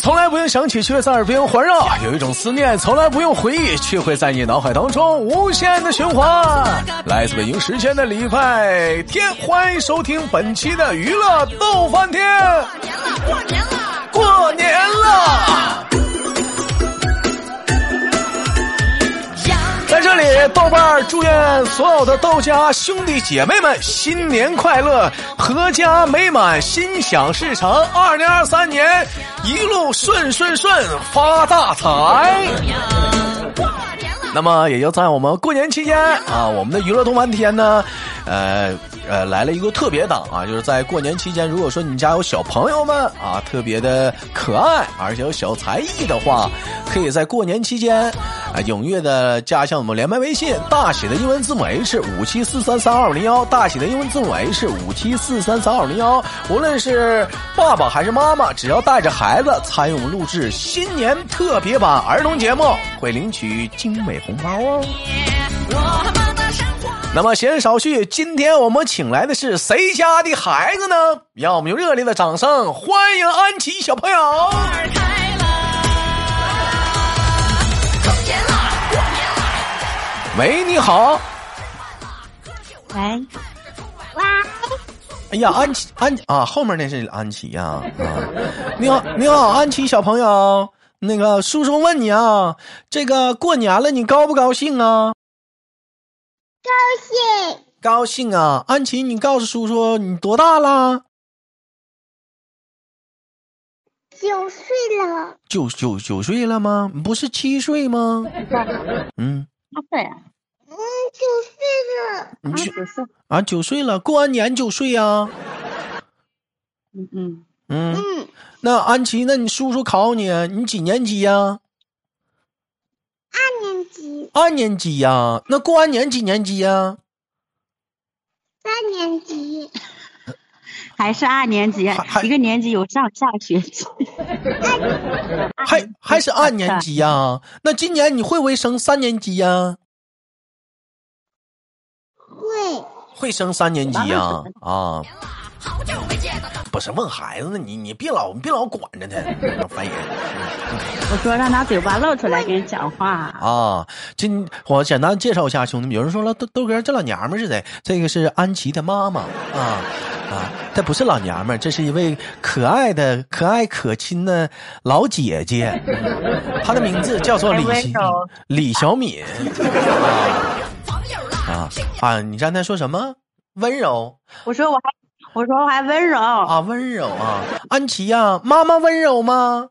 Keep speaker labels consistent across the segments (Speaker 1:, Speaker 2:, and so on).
Speaker 1: 从来不用想起，却在耳边环绕；有一种思念，从来不用回忆，却会在你脑海当中无限的循环。来自北京时间的礼拜天，欢迎收听本期的娱乐逗翻天。
Speaker 2: 过年了，
Speaker 1: 过年了，在这里，豆瓣儿祝愿所有的豆家兄弟姐妹们新年快乐，阖家美满，心想事成。二零二三年一路顺顺顺，发大财。
Speaker 2: 过年了，
Speaker 1: 那么也就在我们过年期间啊，我们的娱乐动漫天呢，呃呃，来了一个特别档啊，就是在过年期间，如果说你家有小朋友们啊，特别的可爱，而且有小才艺的话，可以在过年期间啊，踊跃的加上我们连麦微信，大写的英文字母 H 五七四三三二五零幺，大写的英文字母 H 五七四三三二五零幺。无论是爸爸还是妈妈，只要带着孩子参与我们录制新年特别版儿童节目，会领取精美红包哦。
Speaker 2: 我们的生活。
Speaker 1: 那么闲言少叙，今天我们请来的是谁家的孩子呢？让我们用热烈的掌声欢迎安琪小朋友。
Speaker 2: 儿开了，过年了，过年了，
Speaker 1: 喂，你好。
Speaker 3: 喂，
Speaker 1: 哎呀，安琪安啊，后面那是安琪呀 啊！你好，你好，安琪小朋友，那个叔叔问你啊，这个过年了，你高不高兴啊？
Speaker 3: 高兴，
Speaker 1: 高兴啊！安琪，你告诉叔叔你多大啦？
Speaker 3: 九岁了，
Speaker 1: 九九九岁了吗？不是七岁 吗？嗯，
Speaker 4: 八岁啊，
Speaker 3: 嗯，九岁了，
Speaker 1: 你
Speaker 4: 二
Speaker 1: 去
Speaker 4: 十岁，
Speaker 1: 啊，九岁了，过完年九岁呀、啊。
Speaker 4: 嗯嗯，
Speaker 1: 嗯，
Speaker 3: 嗯，
Speaker 1: 那安琪，那你叔叔考你，你几年级呀、
Speaker 3: 二年级，
Speaker 1: 二年级呀、那过完年几年级呀、
Speaker 3: 三年级，
Speaker 4: 还是二年级啊
Speaker 1: 还还，
Speaker 4: 一个年级有上下学期，
Speaker 1: 还
Speaker 2: 嗯
Speaker 1: 还是二年级呀、那今年你会不会升三年级呀、
Speaker 3: 会，
Speaker 1: 会升三年级呀、啊？
Speaker 2: 好久没见了，
Speaker 1: 不是问孩子呢，你你别老别老管 着他，烦人
Speaker 4: 我说让他嘴巴露出来跟你讲话，
Speaker 1: 啊！今我简单介绍一下兄弟们，有人说了，豆豆哥这老娘们儿是谁？这个是安琪的妈妈啊啊，这不是老娘们儿，这是一位可爱的、可爱可亲的老姐姐，她的名字叫做李
Speaker 4: 还哎温
Speaker 1: 小
Speaker 4: 柔
Speaker 1: 李小敏。
Speaker 2: 网友啦，
Speaker 1: 啊啊！你刚才说什么？温柔
Speaker 4: 我说我还，我说我还温柔，
Speaker 1: 啊，温柔啊，安琪呀、妈妈温柔吗？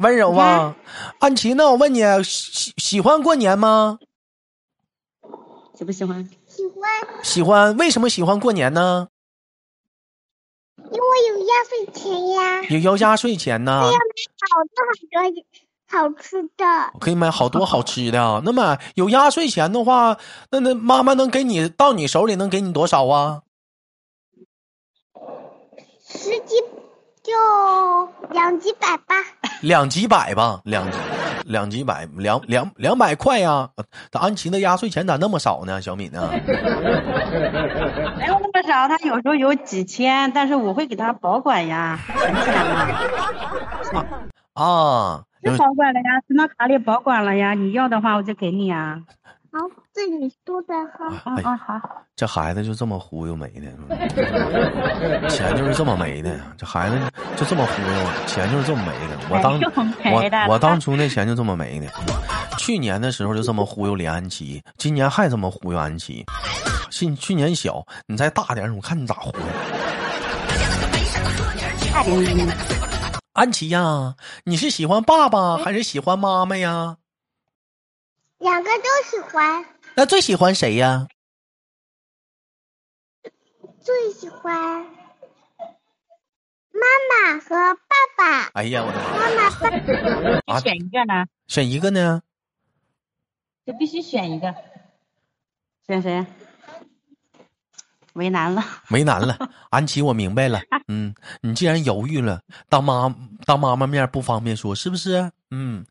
Speaker 1: 温柔啊，安琪，那我问你，啊喜喜欢过年吗？
Speaker 4: 喜不喜欢？
Speaker 3: 喜欢，
Speaker 1: 喜欢，为什么喜欢过年呢？
Speaker 3: 因为有压岁钱呀，
Speaker 1: 有要压岁钱呢，
Speaker 3: 好多好多好吃的，
Speaker 1: 可以买好多好吃的啊。那么有压岁钱的话，那那妈妈能给你到你手里能给你多少啊？
Speaker 3: 十几就两几百吧，
Speaker 1: 两几百吧，两两几百，两两两百块呀、咱安琪的压岁钱咋那么少呢？小敏呢？
Speaker 4: 没有那么少，他有时候有几千，但是我会给他保管呀，存起来嘛，
Speaker 1: 啊，有
Speaker 4: 是保管了呀，存到卡里保管了呀，你要的话我就给你呀，
Speaker 3: 好，这你说的哈，
Speaker 4: 啊
Speaker 1: 哎
Speaker 4: 啊好，
Speaker 1: 这孩子就这么忽悠没的，嗯钱就是这么没的，这孩子就这么忽悠，钱就是这么没的。我当
Speaker 4: 哎呦没的
Speaker 1: 我我当初那钱就这么没的，去年的时候就这么忽悠李安琪，今年还这么忽悠安琪。去去年小，你再大点儿，我看你咋忽悠。
Speaker 4: 差点意思
Speaker 1: 安琪呀，你是喜欢爸爸还是喜欢妈妈呀？
Speaker 3: 两个都喜欢，
Speaker 1: 那最喜欢谁呀？
Speaker 3: 最喜欢妈妈和爸爸，
Speaker 1: 哎呀，我的妈！
Speaker 3: 妈妈爸爸
Speaker 1: 啊
Speaker 4: 选一个呢，
Speaker 1: 选一个呢？
Speaker 4: 就必须选一个，选谁？为难了，
Speaker 1: 为难了，安琪，我明 白了。嗯，你既然犹豫了，当妈当妈妈面不方便说，是不是？嗯，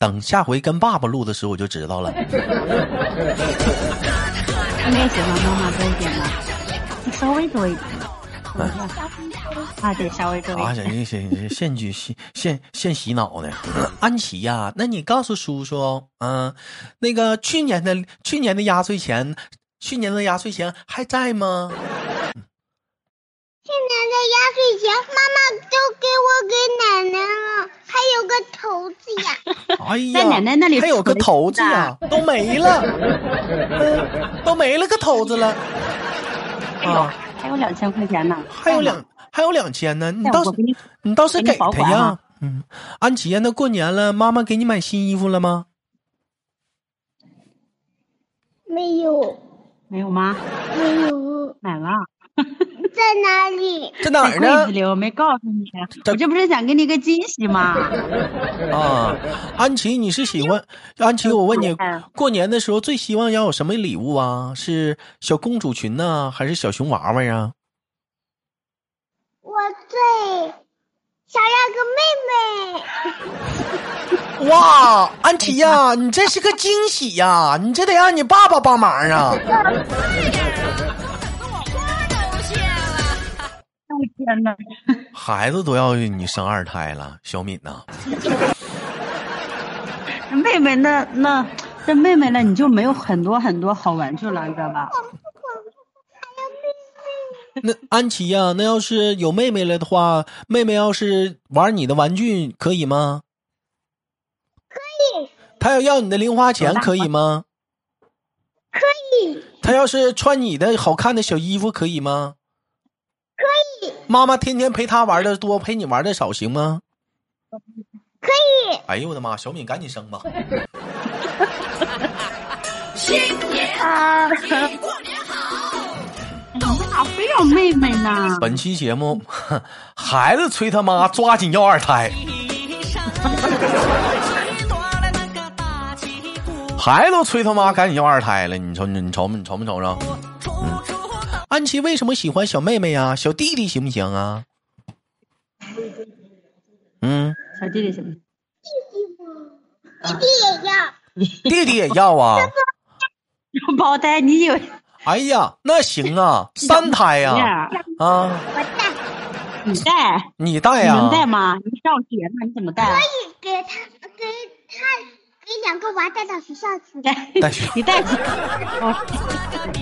Speaker 1: 等下回跟爸爸录的时候我就知道 了。哎
Speaker 4: 应该喜欢妈妈多一点吧，稍微多一点。
Speaker 1: 嗯
Speaker 4: 啊，对，夏威夷周围
Speaker 1: 啊，这这这现举现现现洗脑呢？ 安琪呀、那你告诉叔叔，嗯、那个去年的去年的压岁钱，去年的压岁钱还在吗？
Speaker 3: 去年的压岁钱，妈妈都给我给奶奶了，还有个头子呀。
Speaker 1: 哎呀，
Speaker 4: 在奶奶那里
Speaker 1: 还有个头子呀、都没了，嗯都没了个头子 了，
Speaker 4: 哎
Speaker 1: 啊，
Speaker 4: 哦还有两千块钱呢，
Speaker 1: 还有两还有两千呢，你
Speaker 4: 哎
Speaker 1: 倒
Speaker 4: 我
Speaker 1: 是
Speaker 4: 给你
Speaker 1: 你倒是
Speaker 4: 给你
Speaker 1: 给
Speaker 4: 保
Speaker 1: 他
Speaker 4: 管
Speaker 1: 呀
Speaker 4: 啊，
Speaker 1: 嗯，安琪呀，那过年了，妈妈给你买新衣服了吗？
Speaker 3: 没有，
Speaker 4: 没有吗？
Speaker 3: 没有，
Speaker 4: 买了，
Speaker 3: 在哪里？
Speaker 1: 在哪
Speaker 4: 在
Speaker 1: 儿
Speaker 4: 柜
Speaker 1: 呢
Speaker 4: 子？里，我没告诉你，
Speaker 1: 这
Speaker 4: 我这不是想给你个惊喜吗？哎
Speaker 1: 啊，安琪，你是喜欢安琪？我问你
Speaker 4: 嗯，
Speaker 1: 过年的时候最希望要有什么礼物啊？是小公主裙呢、还是小熊娃娃呀、
Speaker 3: 我最想要个妹妹。
Speaker 1: 哇，安琪呀、
Speaker 4: 哎
Speaker 1: 你这是个惊喜呀、你这得让你爸爸帮忙 啊！
Speaker 2: 快点儿啊，等得我花都谢了。
Speaker 4: 我天哪！
Speaker 1: 孩子都要你生二胎了，小敏呐、
Speaker 4: 妹妹那那这妹妹那你就没有很多很多好玩具了，你知道吧？
Speaker 1: 那安琪呀、那要是有妹妹了的话，妹妹要是玩你的玩具可以吗？可以。她要要你的零花钱可以吗？
Speaker 3: 可以，
Speaker 1: 他要是穿你的好看的小衣服，可以吗？可以。妈妈天天陪他玩的多，陪你玩的少，行吗？
Speaker 3: 可以，
Speaker 1: 哎呦我的妈！小敏，赶紧生吧。
Speaker 2: 新年
Speaker 4: 啊，
Speaker 2: 好，过年好，
Speaker 4: 咋非要妹妹呢？
Speaker 1: 本期节目， 哼孩子催他妈抓紧要二胎，
Speaker 2: 一上来多了那个大旗鼓，
Speaker 1: 孩子都催他妈赶紧要二胎了。你瞅你，你瞅你瞅没瞅着？嗯
Speaker 2: 处处都
Speaker 1: 安琪为什么喜欢小妹妹呀、小弟弟行不行啊？嗯，
Speaker 4: 小弟弟行不行？
Speaker 3: 弟弟也要。
Speaker 1: 弟弟也要啊。
Speaker 4: 双胞胎，你有
Speaker 1: 哎呀，那行啊，三胎呀、
Speaker 4: 呀？
Speaker 1: 啊，
Speaker 3: 我带，
Speaker 4: 你带？
Speaker 1: 你带啊
Speaker 4: 你
Speaker 1: 哎呀、
Speaker 4: 能带吗？你上学呢，你怎么带？
Speaker 3: 给他，给他，给两个娃带到学校去。
Speaker 1: 带去
Speaker 4: 你带几？哦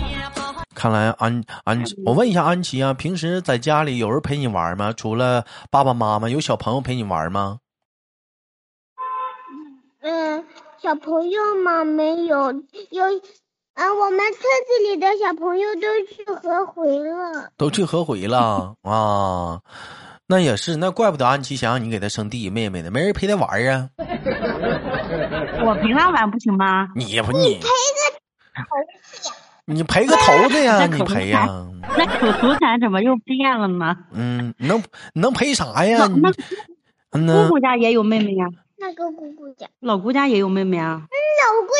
Speaker 1: 看来安安，我问一下安琪啊，平时在家里有人陪你玩吗？除了爸爸妈妈，有小朋友陪你玩吗？
Speaker 3: 嗯，小朋友嘛，没有有，啊，我们村子里的小朋友都去合肥了。
Speaker 1: 都去合肥 了啊，那也是，那怪不得安琪想让你给他生弟弟妹妹呢，没人陪他玩啊。
Speaker 4: 我陪他玩不行吗？
Speaker 1: 你也不你你陪个头子呀，
Speaker 4: 这
Speaker 1: 你
Speaker 4: 口头
Speaker 1: 陪呀、
Speaker 4: 那口头禅怎么又变了呢？
Speaker 1: 嗯，你能你能陪啥呀？
Speaker 4: 那
Speaker 1: 你
Speaker 4: 那
Speaker 1: 嗯
Speaker 4: 姑
Speaker 1: 呢？
Speaker 4: 姑家也有妹妹呀、
Speaker 3: 那个姑姑家，
Speaker 4: 老姑家也有妹妹啊。
Speaker 3: 老姑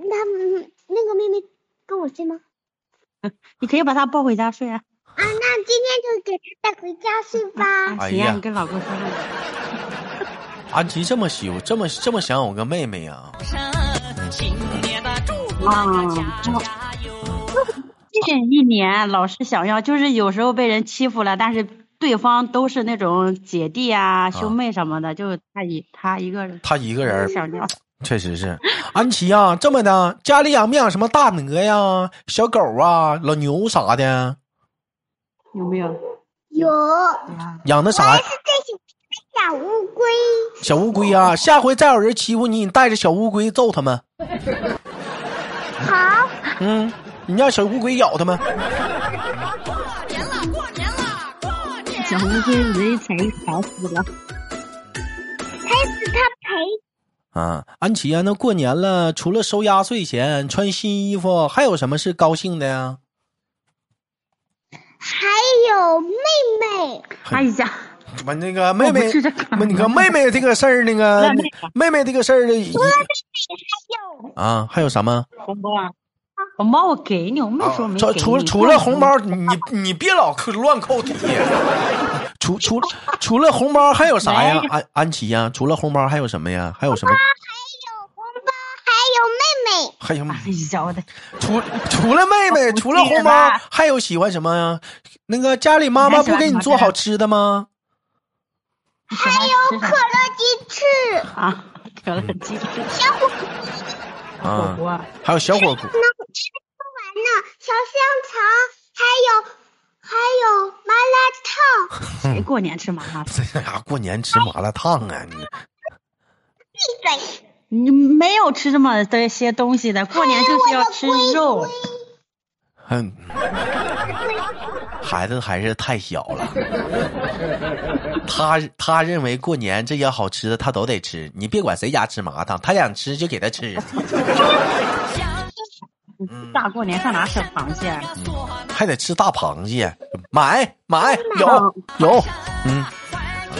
Speaker 3: 家的妹妹，她，那嗯那个妹妹跟我睡吗？
Speaker 4: 你可以把她抱回家睡啊。
Speaker 3: 啊，那今天就给她带回家睡吧。
Speaker 1: 哎
Speaker 4: 啊行呀、
Speaker 1: 呀
Speaker 4: 你跟老姑说说。
Speaker 1: 安琪这么喜欢，这么这么想有个妹妹啊呀、
Speaker 2: 上，新年的祝福
Speaker 4: 啊，
Speaker 2: 大家有。
Speaker 4: 近一年老是想要，就是有时候被人欺负了，但是对方都是那种姐弟啊、兄妹什么的，就他一他一个人
Speaker 1: 她一个人
Speaker 4: 想要。
Speaker 1: 确实是，安琪呀、这么的，家里养没养什么大鹅呀、小狗啊、老牛啥的？
Speaker 4: 有没有？
Speaker 3: 有，
Speaker 1: 养的啥
Speaker 3: 最喜欢小乌龟。
Speaker 1: 小乌龟呀、下回再有人欺负你，你带着小乌龟揍他们。
Speaker 3: 好，
Speaker 1: 嗯，你让小乌龟咬他们。
Speaker 2: 过年了，过年了，过年
Speaker 4: 小乌龟人踩一踩死了。
Speaker 3: 开始他陪
Speaker 1: 啊，安琪呀、那过年了，除了收压岁钱、穿新衣服，还有什么是高兴的呀？
Speaker 3: 还有妹妹，
Speaker 4: 哎呀，
Speaker 1: 我那个妹妹
Speaker 4: 我不是这个，
Speaker 1: 那个妹妹这个事儿，那个
Speaker 4: 那那个
Speaker 1: 妹妹这个事儿的
Speaker 3: 还有
Speaker 1: 啊，还有什么？
Speaker 4: 红包啊！红包我给你，我没说没给
Speaker 1: 除
Speaker 4: 你。
Speaker 1: 啊除除了红包，你你别老扣乱扣题。除除除了红包还有啥呀
Speaker 4: 来？
Speaker 1: 安安琪呀，除了红包还有什么呀？还有什么？
Speaker 3: 还有红包，还有妹妹，
Speaker 1: 还有
Speaker 4: 哎呦的，
Speaker 1: 除除了妹妹，
Speaker 4: 我不
Speaker 1: 除了
Speaker 4: 记得
Speaker 1: 红包
Speaker 4: 了，
Speaker 1: 还有喜欢什么呀？那个家里妈妈不给你做好吃的吗？
Speaker 4: 还有
Speaker 3: 可乐鸡翅、
Speaker 4: 啊，可乐鸡翅、
Speaker 3: 小火
Speaker 4: 火
Speaker 1: 啊，
Speaker 4: 锅，
Speaker 1: 还有小火锅。
Speaker 3: 呢，吃不完呢，小香肠，还有还有麻辣烫，
Speaker 4: 谁哎过年吃麻辣烫？
Speaker 1: 这家啊过年吃麻辣烫啊？你
Speaker 3: 闭嘴。
Speaker 4: 你没有吃这么这些东西的，过年就是要吃肉。
Speaker 1: 嗯，孩子还是太小了。他他认为过年这些好吃的他都得吃，你别管谁家吃麻辣烫，他想吃就给他吃。嗯
Speaker 4: 大过年上哪吃螃蟹？
Speaker 1: 还得吃大螃蟹，买买有有，嗯，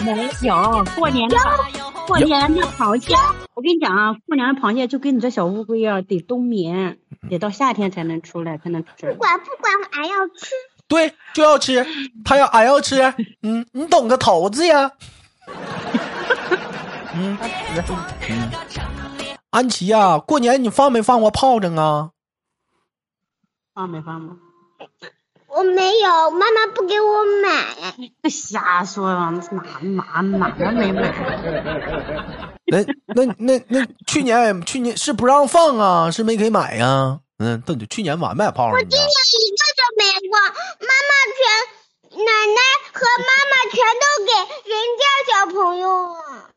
Speaker 4: 没有，过年的过年的螃蟹，我跟你讲啊，过年的螃蟹就跟你这小乌龟啊，得冬眠，得到夏天才能出来才能吃
Speaker 3: 不。管不管，俺要吃。
Speaker 1: 对，就要吃，他要哎俺要吃，嗯，你懂个头子呀，嗯嗯，安琪呀、过年你放没放过炮仗啊？
Speaker 4: 放没放吗？
Speaker 3: 我没有，妈妈不给我买。
Speaker 4: 这瞎说啊，哪哪哪儿没买？
Speaker 1: 那那那那去年去年是不让放啊，是没给买呀、嗯，到底去年晚买炮仗呢？
Speaker 3: 一个都没忘，妈妈全、奶奶和妈妈全都给人家小朋友了。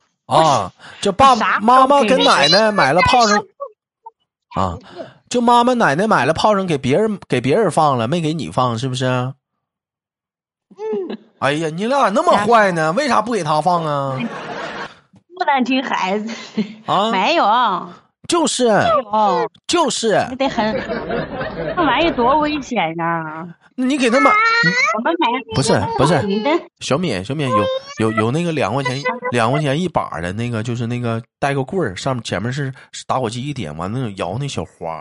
Speaker 1: 啊，就爸
Speaker 4: 啥
Speaker 1: 妈妈
Speaker 4: 都给
Speaker 1: 跟奶奶买了炮 仗，啊，就妈妈奶奶买了炮仗给别人给别人放了，没给你放，是不是？嗯。
Speaker 4: 嗯
Speaker 1: 哎呀，你俩咋那么坏呢？为啥不给他放啊？
Speaker 4: 不能听孩子。
Speaker 1: 啊，
Speaker 4: 没有，
Speaker 1: 就是
Speaker 4: 有，
Speaker 1: 就是，
Speaker 4: 你 得很，那玩意多危险呀！
Speaker 1: 你给他买，
Speaker 4: 我们买
Speaker 1: 不是不是，
Speaker 4: 你的
Speaker 1: 小敏，小敏有有有那个两块钱两块钱一把的那个，就是那个带个棍儿，上面前面是是打火机一点，完了摇那小花，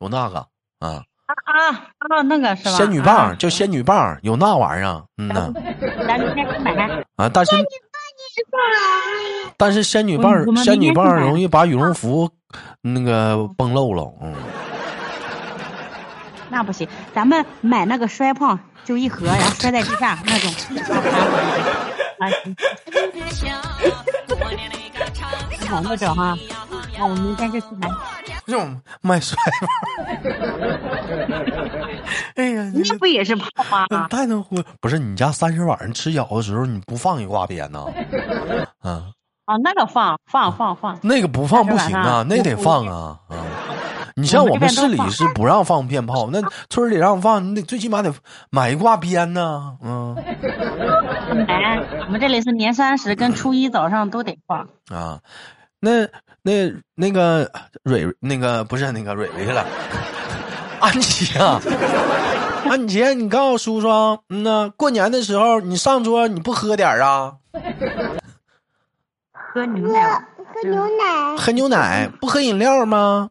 Speaker 1: 有那个啊，
Speaker 4: 啊啊那个是吧？
Speaker 1: 仙女
Speaker 4: 啊
Speaker 1: 棒叫仙女棒，有那玩意儿，嗯 呐
Speaker 4: 咱明天去买。
Speaker 1: 啊，但是但是仙女棒
Speaker 4: 啊我们
Speaker 1: 仙女
Speaker 4: 明
Speaker 1: 棒
Speaker 4: 天去买啊
Speaker 1: 容易把羽绒服那个崩漏了，嗯，
Speaker 4: 那不行，咱们买那个摔炮，就一盒，然后摔在地下那种。 啊， 好那种哈。那我们明天就去买。
Speaker 1: 这种卖摔吧， 哎呀，你
Speaker 4: 那不也是炮吗？
Speaker 1: 太能忽悠，不是你家三十晚上吃饺子的时候你不放一挂鞭 呐？啊。
Speaker 4: 啊，那个放放放放。
Speaker 1: 那个不放不行啊，
Speaker 4: 但
Speaker 1: 那
Speaker 4: 是晚上
Speaker 1: 得放啊啊！你像我们市里是不让放鞭炮，那村里让放，你得最起码得买一挂鞭呢、嗯
Speaker 4: 买，哎我们这里是年三十跟初一早上都得放。
Speaker 1: 啊，那那那个蕊那个不是那个蕊蕊了，安琪啊，安琪，你告诉叔叔，嗯呐，过年的时候你上桌你不喝点儿啊？
Speaker 4: 喝牛奶吧，
Speaker 3: 喝喝牛奶，
Speaker 1: 喝牛奶不喝饮料吗？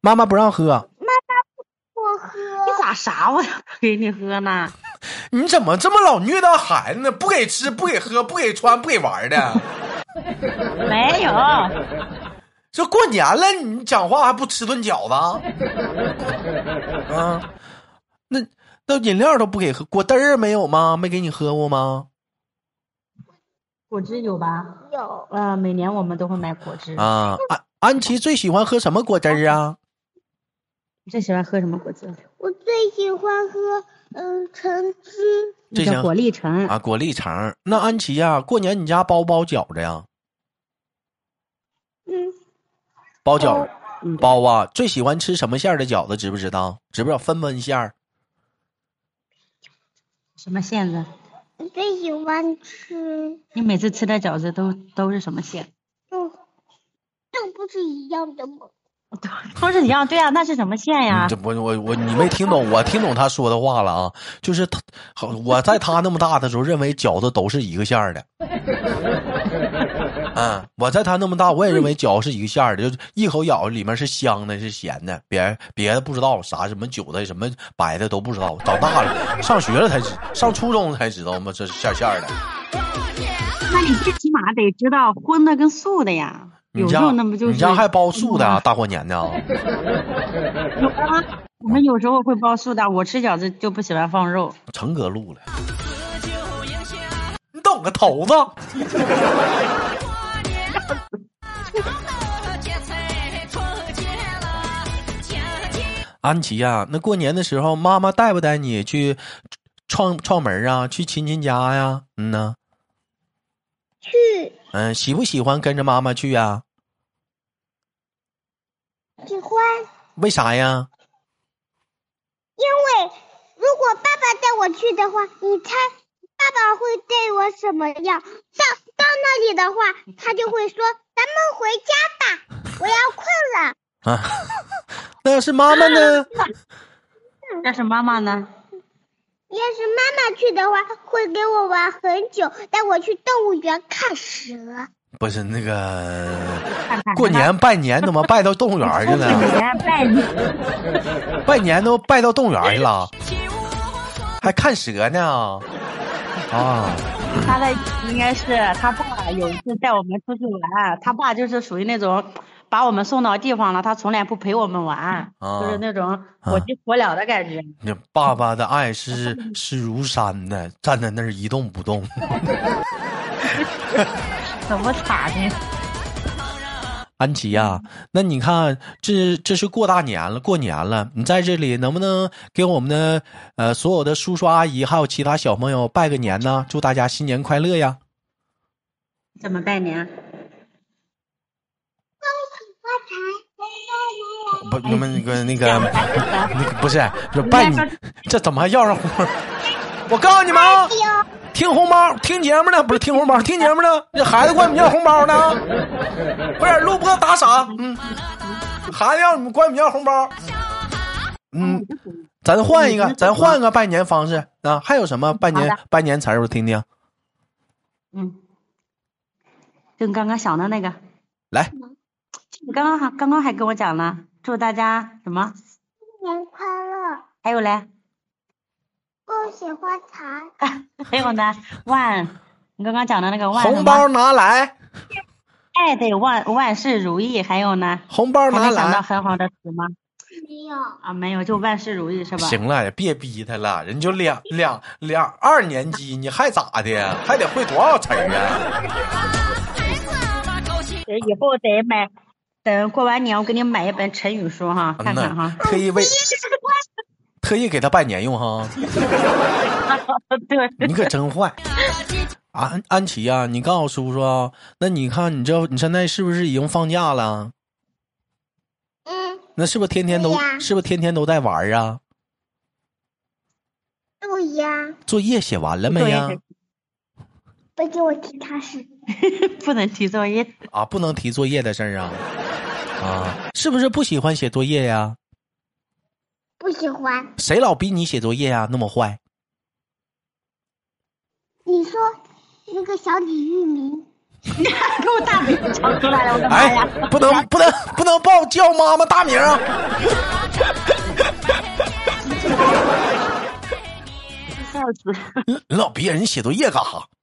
Speaker 1: 妈妈不让喝，
Speaker 3: 我喝
Speaker 4: 你。咋啥我都不给你喝呢？
Speaker 1: 你怎么这么老虐待孩子呢？不给吃，不给喝，不给穿，不给玩的。
Speaker 4: 没有，
Speaker 1: 这过年了，你讲话还不吃顿饺子？啊，那那饮料都不给喝，果汁儿没有吗？没给你喝过吗？
Speaker 4: 果汁有吧？
Speaker 3: 有
Speaker 4: 呃，每年我们都会买果汁。
Speaker 1: 啊，安安琪最喜欢喝什么果汁儿啊？
Speaker 4: 你最喜欢喝什么果汁？
Speaker 3: 我最喜欢喝嗯橙汁，
Speaker 1: 这
Speaker 4: 那叫
Speaker 1: 行
Speaker 4: 果粒橙。
Speaker 1: 啊，果粒橙儿。那安琪呀、过年你家包不包饺子呀？
Speaker 3: 嗯，
Speaker 1: 包饺子
Speaker 4: 嗯，
Speaker 1: 包啊！最喜欢吃什么馅儿的饺子？知不知道？知不知道分分馅儿？
Speaker 4: 什么馅子？
Speaker 3: 我最喜欢吃，
Speaker 4: 你每次吃的饺子都都是什么馅？
Speaker 3: 嗯，这不是一样的吗？
Speaker 4: 都都是一样，对啊，那是什么馅呀
Speaker 1: 嗯、这？不，我我你没听懂，我听懂他说的话了啊，就是他，好，我在他那么大的时候，认为饺子都是一个馅儿的。嗯，我在他那么大，我也认为饺子是一个馅儿的，就是一口咬里面是香的，是咸的，别别的不知道啥，什么韭菜、什么白的都不知道。长大了，上学了才知，上初中才知道嘛，这是馅儿馅儿的。
Speaker 4: 那你最起码得知道荤的跟素的呀。
Speaker 1: 你
Speaker 4: 有
Speaker 1: 家
Speaker 4: 肉那么就
Speaker 1: 你家
Speaker 4: 是嗯
Speaker 1: 还包素的、啊，大过年的啊。
Speaker 4: 有啊，我们有时候会包素的，我吃饺子就不喜欢放肉。
Speaker 1: 成哥录了，你懂个头子！ 安琪呀、那过年的时候，妈妈带不带你去串串门啊？去亲戚家呀、嗯呐，
Speaker 3: 去
Speaker 1: 嗯，喜不喜欢跟着妈妈去啊呀、
Speaker 3: 喜欢，
Speaker 1: 为啥呀？
Speaker 3: 因为如果爸爸带我去的话，你猜爸爸会对我什么样？到到那里的话，他就会说：“咱们回家吧，我要困了。
Speaker 1: 啊， 那要是妈妈呢？
Speaker 4: 但是妈妈呢？”
Speaker 3: 要是妈妈去的话，会给我玩很久，带我去动物园看蛇。
Speaker 1: 不是那个
Speaker 4: 看看
Speaker 1: 过年拜年，怎么拜到动物园去
Speaker 4: 过
Speaker 1: 了？
Speaker 4: 年拜年，
Speaker 1: 拜年都拜到动物园去了，还看蛇呢？啊，
Speaker 4: 他的应该是呃他爸有一次带我们出去玩，啊他爸就是属于那种把我们送到地方了，他从来不陪我们玩，
Speaker 1: 啊
Speaker 4: 就是那种火急火燎的感觉。
Speaker 1: 你爸爸的爱是是如山的，站在那儿一动不动。啊
Speaker 4: 怎么惨呢？
Speaker 1: 安琪呀、那你看，这这是过大年了，过年了，你在这里能不能给我们的呃所有的叔叔阿姨还有其他小朋友拜个年呢？祝大家新年快乐呀！
Speaker 4: 怎么拜年？
Speaker 1: 不，那么那个那个，那个不是，就拜你，这怎么还要上红包？我告诉你们啊，
Speaker 3: 哎
Speaker 1: 听红包，听节目呢，不是听红包，听节目呢，这孩子管你们要红包呢，不是录播打赏，嗯，孩子要你们管你们要红包，嗯，咱换一个，咱换个拜年方式啊，还有什么拜年
Speaker 4: 嗯好的
Speaker 1: 拜年词儿我听听，
Speaker 4: 嗯，跟刚刚想的那个，
Speaker 1: 来，
Speaker 4: 你刚刚还刚刚还跟我讲了，祝大家什么？
Speaker 3: 新年快乐，
Speaker 4: 还有嘞？
Speaker 3: 恭喜发财，
Speaker 4: 还有呢？万，你刚刚讲的那个万什么
Speaker 1: 红包拿来，
Speaker 4: 哎，对，万万事如意。还有呢？
Speaker 1: 红包拿
Speaker 4: 还没想到
Speaker 1: 来，
Speaker 4: 很好的词吗？
Speaker 3: 没有。
Speaker 4: 啊，没有，就万事如意是吧？
Speaker 1: 行了，也别逼他了，人就两两两二年级，你还咋的？还得会多少词儿啊？
Speaker 4: 得以后得买，等过完年我给你买一本成语书哈，
Speaker 1: 嗯
Speaker 4: 看看
Speaker 1: 呐
Speaker 4: 哈。，
Speaker 1: 特意为特意给他拜年用哈，
Speaker 4: 对，
Speaker 1: 你可真坏。啊安安琪呀、你告诉叔叔啊，那你看你这你现在是不是已经放假了？
Speaker 3: 嗯，
Speaker 1: 那是不是天天都、
Speaker 3: 对呀
Speaker 1: 是不是天天都在玩儿啊？
Speaker 3: 对呀，
Speaker 1: 作业写完了没呀
Speaker 4: 作业？
Speaker 3: 不给我提他是。
Speaker 4: 不能提作业。
Speaker 1: 啊，不能提作业的事儿啊啊！是不是不喜欢写作业呀、
Speaker 3: 不喜欢。
Speaker 1: 谁老逼你写作业呀、那么坏
Speaker 3: 你说那个小李玉明，
Speaker 4: 给我大嘴抢出来了，我的妈
Speaker 1: 哎
Speaker 4: 呀！，
Speaker 1: 不能不能不能报叫妈妈大名啊！
Speaker 4: 笑死！
Speaker 1: 嗯你老逼人写作业干哈？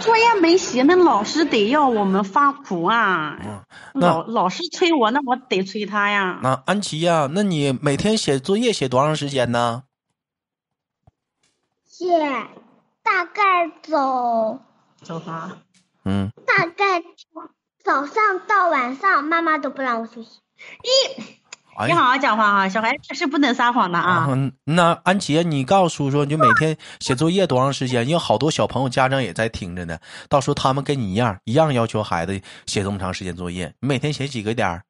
Speaker 4: 作业没写，那老师得要我们发苦啊。
Speaker 1: 嗯那
Speaker 4: 老老师催我，那我得催他呀。
Speaker 1: 那安琪呀、那你每天写作业写多长时间呢？
Speaker 3: 写大概走，
Speaker 4: 走吧。
Speaker 1: 嗯，
Speaker 3: 大概早上到晚上，妈妈都不让我休息。
Speaker 1: 哎
Speaker 4: 你
Speaker 1: 呀，
Speaker 4: 好好讲话啊，小孩子是不能撒谎的啊。
Speaker 1: 嗯那安琪，你告诉叔叔，你就每天写作业多长时间？因为好多小朋友家长也在听着呢，到时候他们跟你一 样，一样要求孩子写这么长时间作业。你每天写几个点儿？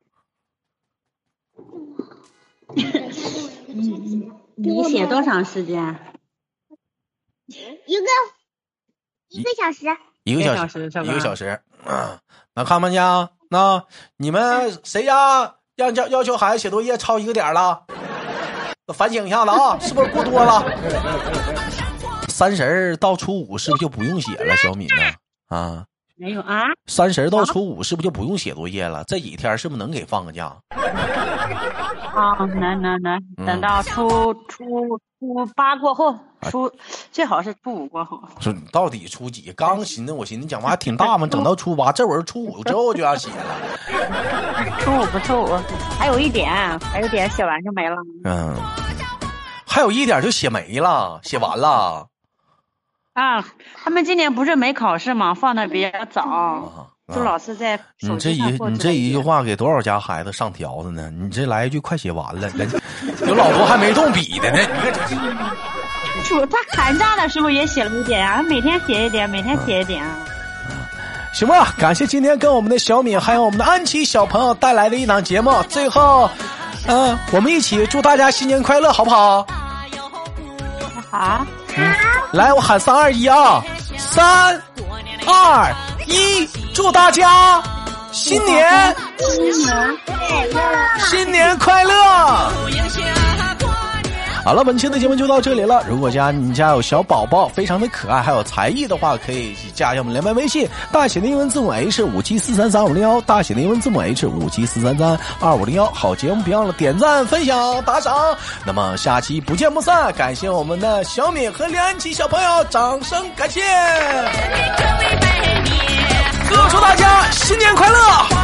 Speaker 4: 你写多长时间？
Speaker 3: 一个一个小时，
Speaker 1: 一个
Speaker 4: 一个
Speaker 1: 小
Speaker 4: 小
Speaker 1: 时
Speaker 4: 时是，吧
Speaker 1: 一个小时。啊那看们家，那你们谁家让要要求孩子写作业超一个点儿了？反省一下子啊，是不是过多了？ 三十儿到初五是不是就不用写了？小敏呢？啊，
Speaker 4: 没有啊？
Speaker 1: 三十儿到初五是不是就不用写作业了？这几天是不是能给放个假？
Speaker 4: 哦啊，能能能，
Speaker 1: 嗯啊
Speaker 4: 等到初初初八过后，初最好是初五过后。
Speaker 1: 说你到底初几？刚寻思，我寻思你讲话还挺 大方，整到初八，这会儿初五之后就要写了。
Speaker 4: 初五不初五，还有一点，还有一点写完就没了。
Speaker 1: 嗯，还有一点就写没了，写完了
Speaker 4: 啊，他们今年不是没考试嘛，放的比较早，
Speaker 1: 啊。
Speaker 4: 就老是在手
Speaker 1: 嗯你这
Speaker 4: 机
Speaker 1: 一
Speaker 4: 上过
Speaker 1: 你
Speaker 4: 之
Speaker 1: 这
Speaker 4: 类
Speaker 1: 一句
Speaker 4: 的
Speaker 1: 话给多少家孩子上条子呢？你这来一句快写完了，人有老多还没动笔的呢。 你看这
Speaker 4: 暑他寒假的时候也写了一点啊，每天写一点，每天写一点啊。
Speaker 1: 行吧，感谢今天跟我们的小敏还有我们的安琪小朋友带来的一档节目。最后，嗯、我们一起祝大家新年快乐，好不好？
Speaker 2: 大摇步。
Speaker 4: 啊，
Speaker 1: 来，我喊三二一啊，三二一，祝大家新年新年快乐！好了，本期的节目就到这里了。如果家你家有小宝宝，非常的可爱，还有才艺的话，可以加一下我们连麦微信，大写的英文字母 H 五七四三三五零幺，大写的英文字母 H 五七四三三二五零幺。好节目别忘了点赞、分享、打赏。那么下期不见不散，感谢我们的小敏和梁安琪小朋友，掌声感谢！祝祝大家新年快乐！